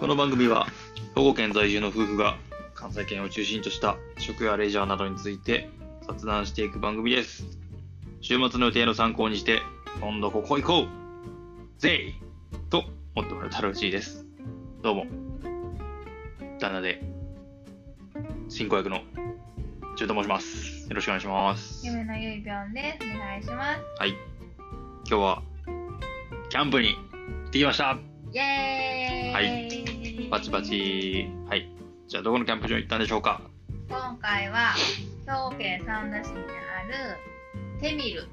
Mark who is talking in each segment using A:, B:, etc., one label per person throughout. A: この番組は兵庫県在住の夫婦が関西圏を中心とした食やレジャーなどについて雑談していく番組です週末の予定の参考にして今度ここ行こうぜいと思ってもらえたら嬉しいですどうも旦那で進行役の中と申しますよろしくお願いします
B: 夢のゆいぴょんです。お願いします。
A: はい今日はキャンプに行ってきました
B: イエーイ。
A: はいバチバ。チはいじゃあどこのキャンプ場に行ったんでしょうか
B: 今回は兵庫県三田市にあるテミル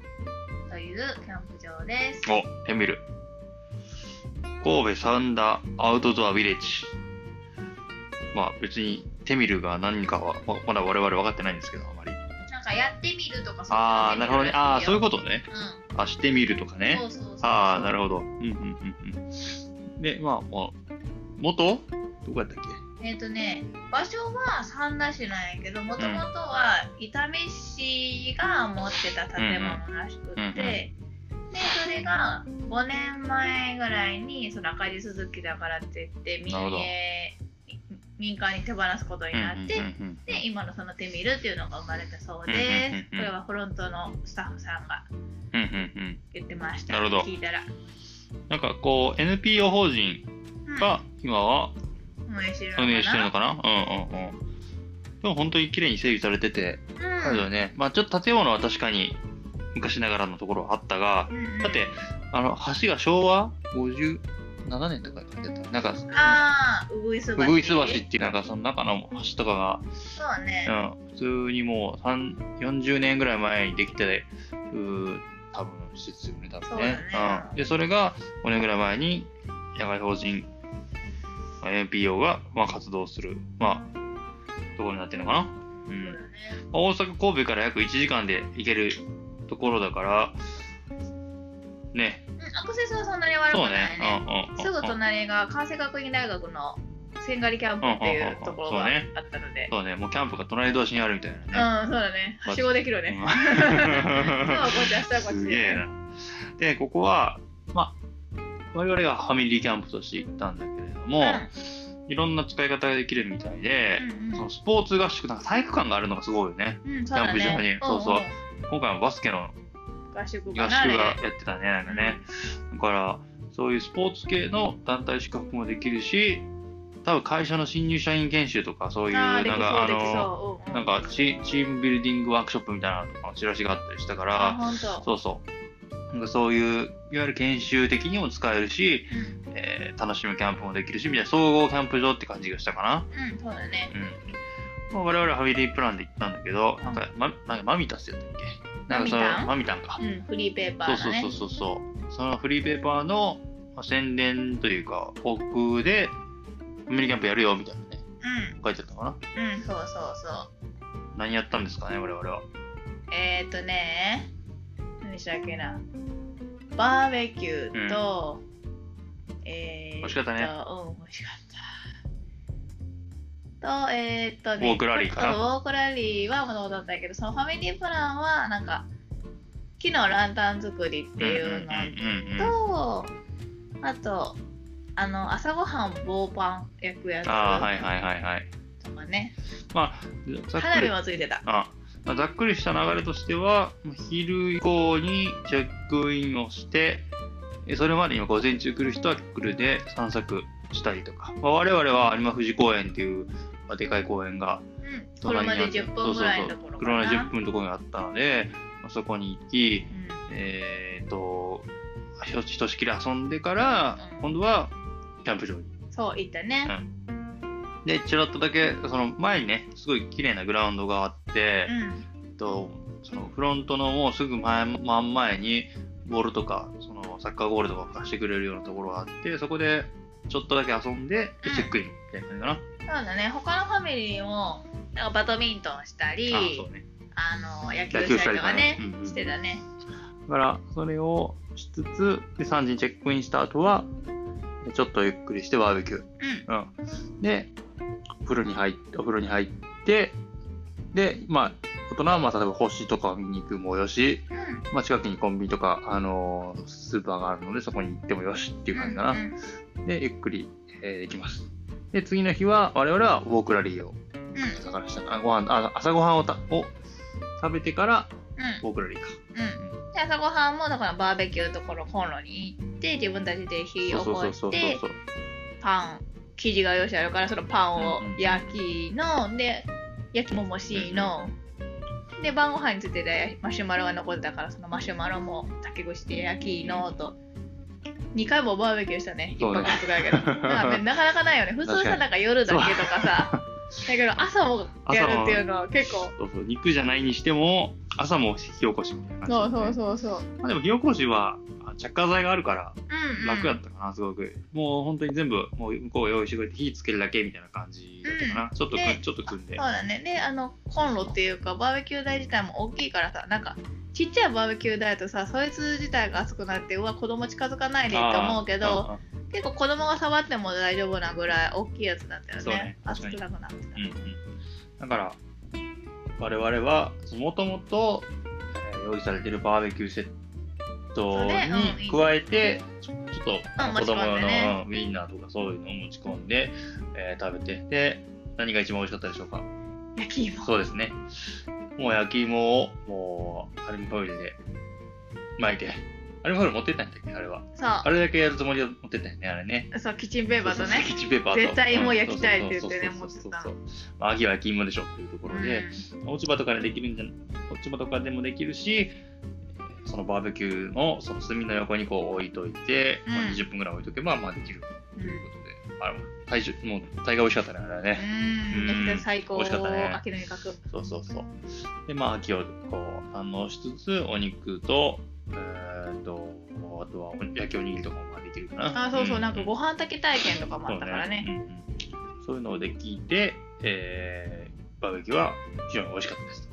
B: というキャンプ場です。
A: お、テミル。神戸三田アウトドアビレッジ。まあ別にテミルが何かはままだ我々分かってないんですけど、あまり。
B: なんかやってみるとかそ
A: ああ、なるほどね。ああ、そういう
B: こ
A: ことね。あ、してみるとか
B: と
A: ね
B: うん。。そうそうそう。
A: ああ、なる
B: ほ
A: ほど。うんうんうんうん。で、まあ、まあ、元どこやったっけ
B: ど。えっ、とね、場所は三田市なんやけど、もともとは伊丹市が持ってた建物らしくっ
A: うん
B: て。
A: うんうんうん
B: でそれが5年前ぐらいにその赤字続きだからって言って民
A: なるほど
B: 営民間に手放すことに
A: うん
B: なって、
A: うんうんうん
B: で今のその手見るっていうのが生まれたそう
A: うん
B: です、
A: うんうんうん
B: これはフロントのスタッフさんが
A: うんうん
B: 言ってました
A: なるほど
B: 聞いたら、
A: うん。なんかこう、NPO 法人
B: うん、
A: が今は
B: 運営してるのかな
A: 運営してるのかなうんうんうん。でも本当に綺麗に整備されてて、そうだよね。まあちょっと建物は確かに昔ながらのところはあったが、
B: うんうん
A: だって、あの、橋が昭和57年とかに書いてあった。なんか、
B: ああうぐいす橋
A: うぐいす橋っていうなんかその中の橋とか
B: そうね、
A: が、うん、普通にもう三40年ぐらい前にできてる、多分施設よね、多分ね。
B: そうだね
A: うん、で、それが5年ぐらい前に野外法人、まあ NPO が、まあ、活動する、まあ、ところになってるのかな。う
B: そうんだね
A: 大阪神戸から約1時間で行けるところだからね
B: うんアクセスはそんなに悪く
A: そ
B: な
A: う
B: い
A: ねう
B: ね
A: んうんうん
B: すぐ隣が関西学院大学の千狩りキャンプっていうところが
A: うんうん
B: あ
A: うん
B: ったので
A: そうねもうキャンプが隣同士にあるみたい
B: うん
A: なね、
B: そうだね
A: まあ
B: はしごできる
A: う
B: ね
A: ん
B: 今日はこっち明日はこっち
A: すげえなでここはまあ我々がファミリーキャンプとして行ったんだけれども、いろんな使い方ができるみたいで、
B: うん
A: そのスポーツ合宿なんか体育館があるのがすごいよね
B: うんうんそうだね
A: キャンプ場にそうそうん
B: ん
A: 今回はバスケの
B: 合宿
A: 合
B: か
A: 宿
B: な
A: が
B: あれ
A: やってたねなんかね、だからそういうスポーツ系の団体資格もできるし多分会社の新入社員研修とかそういう
B: あ
A: なん
B: ーできそう
A: かあ
B: でき
A: の
B: そうう
A: なんかチチームビルディングワークショップみたいなのとかのチラシがあったりしたから
B: 本当
A: そうそうなんかそういういわゆる研修的にも使えるし、
B: うん
A: えー楽しむキャンプもできるしみたいな総合キャンプ場って感じがしたかな、
B: うんそうだね
A: うんまあ、我々はファミリープランで行ったんだけどなんか,、ま、なんかマミタスやったっけなんかその
B: マミタン
A: マミタンか、
B: うんフリーペーパ
A: そう
B: ー
A: そうそ
B: のね
A: うそうそうそのフリーペーパーのまあ宣伝というか報告でアメリカンプやるよみたいなね書いてあったかな
B: うんうんそうそうそ
A: 何やったんですかね我々は
B: うえっとね何でしたっけなバーベキューとえー
A: 美味しかったね
B: うん美味しかったとえっとね
A: ウォークラリーかな
B: そうウォークラリーはもともとだったけどそのファミリープランはなんか木のランタン作りっていうの
A: うんうんうんうん
B: と、あと、あの、朝ごはん棒パン焼くやつ
A: ああはいはいはいはい
B: とかね。
A: まあざっ
B: 花
A: く
B: 火
A: り
B: もついてた。
A: あ、まあ、ざっくりした流れとしてはまあ昼以降にチェックインをしてえそれまでには午前中来る人は来るで散策したりとか、まあ、我々は有馬富士公園っていう、まあ、でかい公園が
B: うん。
A: 隣に
B: 車
A: あっ
B: で
A: て
B: 10分ぐらいのところか
A: 車
B: な。
A: で10分のところにあったので、まあそこに行き、
B: うん。
A: えっ、と、ひとひとしきり遊んでから、
B: うん
A: 今度はキャンプ場に。
B: そう、行ったね。
A: で、ちらっとだけ、その前にね、すごい綺麗なグラウンドがあって
B: う、ん。
A: えっとそのフロントのもうすぐ前真ん前に、ボールとか、そのサッカーゴールとか貸してくれるようなところがあって、そこでちょっとだけ遊んで、で
B: うん
A: チェックインみたいな感じかな。
B: そうだね。他のファミリーも、なんかバドミントンしたり、
A: あ
B: あ
A: そうね。
B: の、野球したりとか
A: 野球したりとかね
B: ね
A: うんう、ん
B: してたね。
A: だから、それをしつつ、で、3時にチェックインした後は、ちょっとゆっくりしてバーベキュー。
B: うん。
A: うん。で、お風呂に入っお風呂に入って、で、まあ、大人は、まあ、例えば星とか見に行くもよし、
B: うん。
A: まあ、近くにコンビニとか、あのースーパーがあるので、そこに行ってもよしっていう感じかな。
B: うんうん
A: で、ゆっくり、えーできます。で、次の日は、我々はウォークラリーを
B: うん
A: 朝からした。あご飯あ朝ごはんをたを食べてから、ウォークラリーか。
B: うんうんで朝ごはんもだからバーベキューのところコンロに行って自分たちで火
A: そう
B: を
A: そう
B: 起
A: そうそ
B: こ
A: う
B: して
A: そう。
B: パン生地が用意してあるからそのパンを
A: うんうん
B: 焼きの、で焼きももしいの、で晩ご飯についてでマシュマロが残ってたからそのマシュマロも竹串で焼きのと2回もバーベキューしたね一
A: そう
B: 泊
A: ね
B: 二日やけどだからなかなかないよね普通
A: 確か
B: さ
A: に
B: なんか夜だけとかさだけど朝もやるっていうのは結構
A: そうそう肉じゃないにしても朝も火起こしみたいな
B: そ
A: 感
B: う
A: じだ
B: そ
A: ね、
B: うそうそう
A: まあ、でも火起こしはあ着火剤があるから
B: うん、うん、
A: 楽だったかな、すごくもう本当に全部もう向こうが用意してくれて火つけるだけみたいな感じだったかな、ちょっとく
B: で
A: ちょっと組んで
B: そうだねであのコンロっていうかバーベキュー台自体も大きいからさなんかちっちゃいバーベキュー台だとさそいつ自体が熱くなってうわ子供近づかないでって思うけど
A: あ
B: 結構子供が触っても大丈夫なぐらい大きいやつだったよ
A: そう
B: ね
A: ね確
B: 熱
A: か
B: く
A: に
B: なくなって
A: ーうんうんだから我々はもともとえー用意されてるバーベキューセットに加えて、ちょちょっとあの
B: 持
A: 子
B: ち込
A: 供
B: ん
A: 用
B: で
A: の、
B: ね
A: うんウインナーとかそういうのを持ち込んで、えー食べてで何が一番美味しかったでしょうか
B: 焼き芋
A: そうですね。もう焼き芋を、もう、アルミホイルで巻いて。アルミホイル持ってったんだっけあれは。
B: そ
A: あれだけやるつもりで持ってったよね、あれね。
B: うそうキッチンペーパーと
A: そうそう
B: ね
A: キッチンペーパーと。
B: 絶対芋
A: うん
B: 焼きたいって言ってね
A: そうそうそう
B: 持ってた
A: そうそうまあ、秋は焼き芋でしょっていうとこ
B: う
A: ろで、
B: ん
A: 落ち葉とかでできるんじゃ落ち葉とかでもできるし、そのバーベキューのその炭の横にこう置いといて、まあ
B: うん
A: 20分ぐらい置いとけば、まあできるということで、あの、大丈もう、大概美味しかったね、あれはね。
B: う
A: う
B: ん
A: ん
B: 焼きた最高
A: 美味しかったね
B: 秋の味覚
A: そうそうそう。で、まあ、秋をこう堪能しつつ、お肉と、えー、と、あとはお焼きおにぎりとかもできるかな。
B: あそうそうなんかご
A: 飯
B: 飯炊き体験とかもあったからね
A: そうねうんうんそういうのをできて、えーバーベキューは非常に美味しかったです。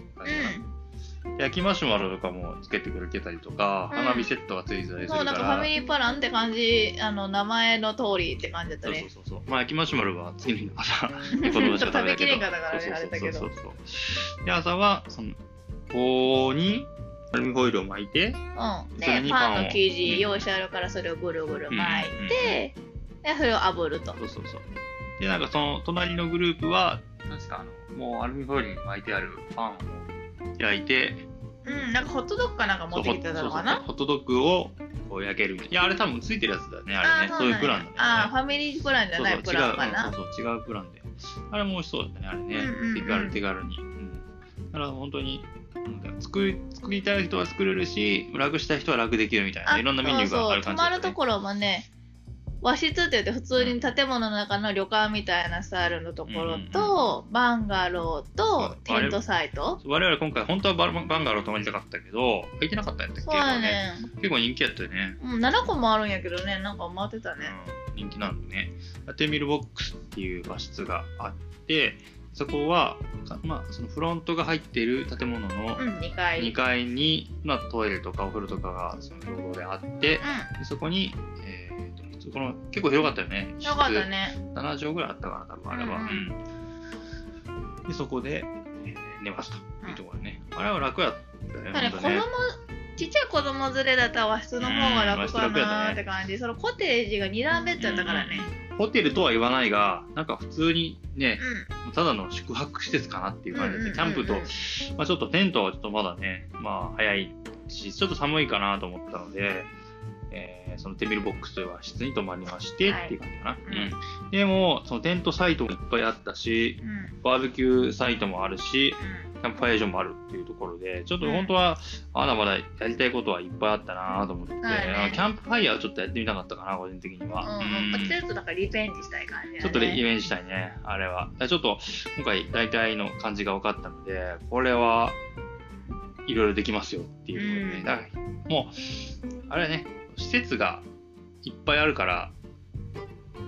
A: で焼きマシュマロとかもつけてくれてたりとか、
B: うん
A: 花火セットがついてたりする
B: そ
A: か。
B: うなんからファミリーパランって感じあの名前の通りって感じだった
A: そう
B: ね
A: そうそうそう。まあ、焼きマシュマロは次の日の朝、 子供し
B: ちょ
A: か
B: っと食べきれんか
A: な
B: ったからねあれだけど
A: そうそうそうそうで、朝は、その、棒にアルミホイルを巻いて、
B: うん、
A: それ
B: で
A: にパンを
B: パンの生
A: うん
B: 地用意してあるからそれをぐるぐる巻いて、でそれを炙ると、
A: そうそうそう。で、なんかその隣のグループは、確かあの、もうアルミホイルに巻いてあるパンを焼いて、
B: うん、なんかホットドッグかなんか持ってきてたのかな
A: そうそうそうホットドッグをこう焼けるみたいな。いや、あれ多分ついてるやつだね、あ
B: あ
A: れね。そういうプランだね。
B: あーファミリープランじゃ
A: そう
B: な
A: そう
B: いプランか
A: 違
B: な
A: ううんそうそう違うプランで。あれも美味しそうだったね、あれね。
B: うんうんうん
A: 手軽手軽に。うんだから本当に、なんだろう作り作りたい人は作れるし、楽したい人は楽できるみたいな、いろんなメニューがある感じ
B: そうそう泊ま
A: だ
B: る
A: った
B: と
A: ね。
B: ころもね和室って言って普通に建物の中の旅館みたいなスタイルのところと、バンガローと
A: そうあ
B: テ
A: れ
B: ントサイト
A: 我々今回本当はババンガロー泊まりたかったけど、空いてなかったんだっけ
B: そうや
A: あれ
B: ね
A: 結構人気やったよね。
B: うん、7個もあるんやけどねなんか回ってたね、
A: うん、人気なんでね。アテミルボックスっていう和室があって、そこは、かまあ、そのフロントが入っている建物の
B: うん、2階
A: 2階に、まあ、トイレとかお風呂とかがその共同であって、
B: う
A: でそこに、えーとこの結構広かったよね。
B: んよかったね
A: 室7畳ぐらいあったから、多分あれは。
B: うん
A: うんで、そこで、えー寝ますというところだね。あれは楽やったよね。
B: だか
A: ほ
B: ら子
A: ん
B: 供、
A: とね
B: ちっちゃい子供連れだったら和室の方が楽か
A: うん和室楽やった
B: な
A: ね
B: ーって感じ、そのコテージが2段ベッドだったからね
A: ホテルとは言わないが、なんか普通にね、
B: うん、
A: ただの宿泊施設かなっていう感じですね。キャンプと
B: うんうん、
A: まあ、ちょっとテントはちょっとまだね、まあ早いし、ちょっと寒いかなと思ったので、えーそのテミルボックスという和室に泊まりまして
B: はい
A: っていう感じかな。
B: うん
A: うんでも、そのテントサイトもいっぱいあったし、
B: うん
A: バーベキューサイトもあるし、
B: うん
A: キャンプファイアー場もあるっていうところで、ちょっと本当は、まだまだやりたいことはいっぱいあったなと思って、
B: だよね
A: キャンプファイヤーちょっとやってみたかったかな、個人的には。
B: うん、
A: うん
B: ちょっとなんかリベンジしたい感じだね
A: ちょっとねイメージしたいね、あれは。ちょっと今回大体の感じが分かったので、これはいろいろできますよっていうことで、
B: うん
A: だからもう、あれね、施設がいっぱいあるから、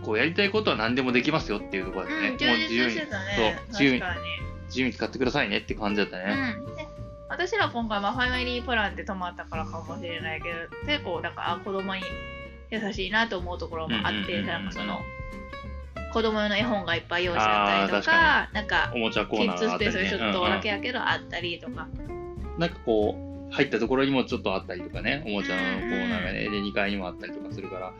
A: こうやりたいことは何でもできますよっていうところでね、
B: うん、
A: も
B: 充
A: う自由
B: 実
A: に
B: してたね
A: そう自由に
B: 確かに
A: 自由に使ってくださいねって感じだったね。
B: うんで私ら今回まあファミリープランで泊まったからかもしれないけど結構なんかあ子供に優しいなと思うところもあって、
A: うんうんうんうん
B: なんかその子供用の絵本がいっぱい用意してあったりとか
A: あ
B: なんか
A: おもちゃコ
B: キ
A: ーナ
B: ッ
A: ー
B: ズ
A: があ
B: ス
A: っ
B: ペ
A: た
B: ー
A: り、
B: ス
A: ね
B: がちょっとだけやけどあったりとか、
A: うんうんなんかこう、入ったところにもちょっとあったりとかね、おもちゃのコーナーがね、で2階にもあったりとかするから、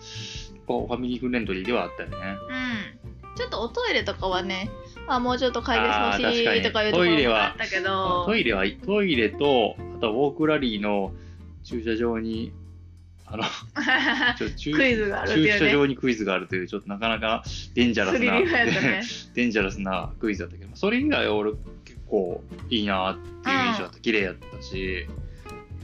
A: こうファミリーフレンドリーではあったよね。
B: うん、ちょっとおトイレとかはねあもうちょっと改善してほし
A: あー確かに
B: いとかいうとこ
A: トイ
B: ろ
A: レ
B: も
A: は
B: あったけど
A: トイレはトイレとあとはウォークラリーの駐車場にあの ちょ駐
B: クイズがあるって いうね
A: 駐車場にクイズがあるというちょっとなかなかデンジャラス
B: スリ
A: な
B: リングやったね
A: デンジャラスな クイズだったけどそれ以外は俺結構いいなっていう印象だった、綺麗やったし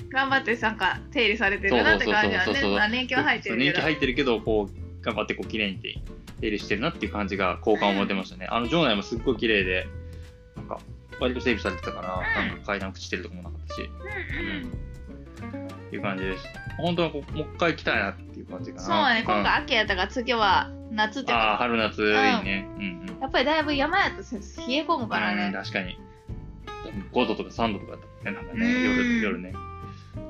B: 頑張ってなんか整理されてるなって感じは
A: そうそうそうそうそう
B: ねあ年季は入って
A: そ
B: るけ
A: う年季
B: ど
A: 入ってるけどこう頑張ってこう綺麗に手入れしてるなっていう感じが好感を持てましたね、あの場内もすっごい綺麗でなんか割と整備されてたから、
B: うん
A: なんか階段口してるとこもなかったし、
B: うんうん
A: っていう感じです。本当はこもう一回来たいなっていう感じかな。
B: そうね今
A: ん
B: 回秋やったから次は夏っていう
A: ああ、
B: か
A: 春夏いいね。うんうん。
B: やっぱりだいぶ山やと冷え込むから
A: うん
B: ね
A: 確かに。5度とか3度とかだったね、なんかね、
B: うん
A: 夜、夜ね。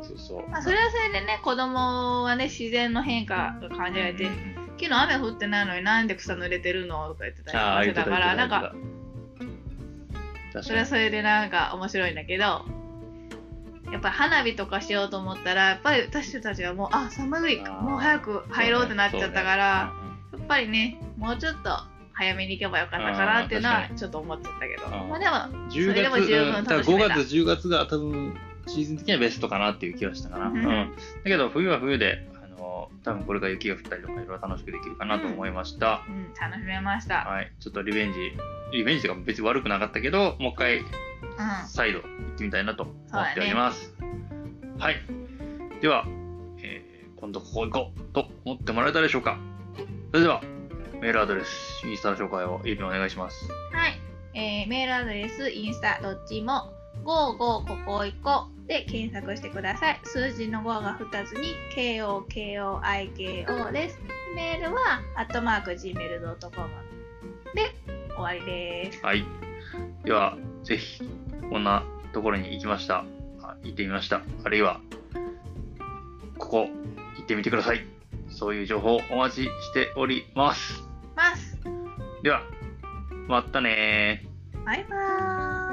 A: そうそう。
B: まあそれはそれでね子供はね自然の変化が感じられて
A: うんうん
B: 昨日雨降ってないのになんで草濡れてるのとか言ってたりと
A: あ
B: か
A: あ、
B: し
A: 言
B: て
A: って
B: た
A: た
B: からなんか、
A: 言ってた
B: それ
A: 確か
B: はそれでなんか面白いんだけどやっぱり花火とかしようと思ったらやっぱり私たちはもうあ寒い
A: あー
B: もう早く
A: に。
B: 入ろうってなっちゃったから、
A: そうね。
B: やっぱりねもうちょっと早めに行けばよかったかなっていうの
A: あー
B: は
A: 確
B: ちょっと思っちゃったけど
A: あー
B: まあでも
A: そう
B: それでも十分
A: ね10月、うんだから
B: 楽しめた
A: 5月、10月が多分、シーズン的にはベストかなっていう気はしたかな。
B: う
A: うんん。だけど、冬は冬で、あの、多分これから雪が降ったりとか、いろいろ楽しくできるかなと思いました。
B: うん楽しめました
A: はい、ちょっとリベンジ、リベンジというか別に悪くなかったけど、もう一回
B: う
A: 再度行ってみたいなと思っております。はい、では、えー今度ここ行こうと思ってもらえたでしょうか。それでは、メールアドレス、インスタの紹介をイブお願いします。
B: んはいえーメールアドレスインスタどっちも55ここいこで検索してください数字の5が2つに KOKOIKO ですメールはアットマーク Gmail.com で終わりです
A: はい、では、ぜひ、こんなところに行きました。あ行ってみました。あるいは、ここ、行ってみてください。そういう情報をお待ちしております。
B: ます
A: では、またねー。
B: バイバーイ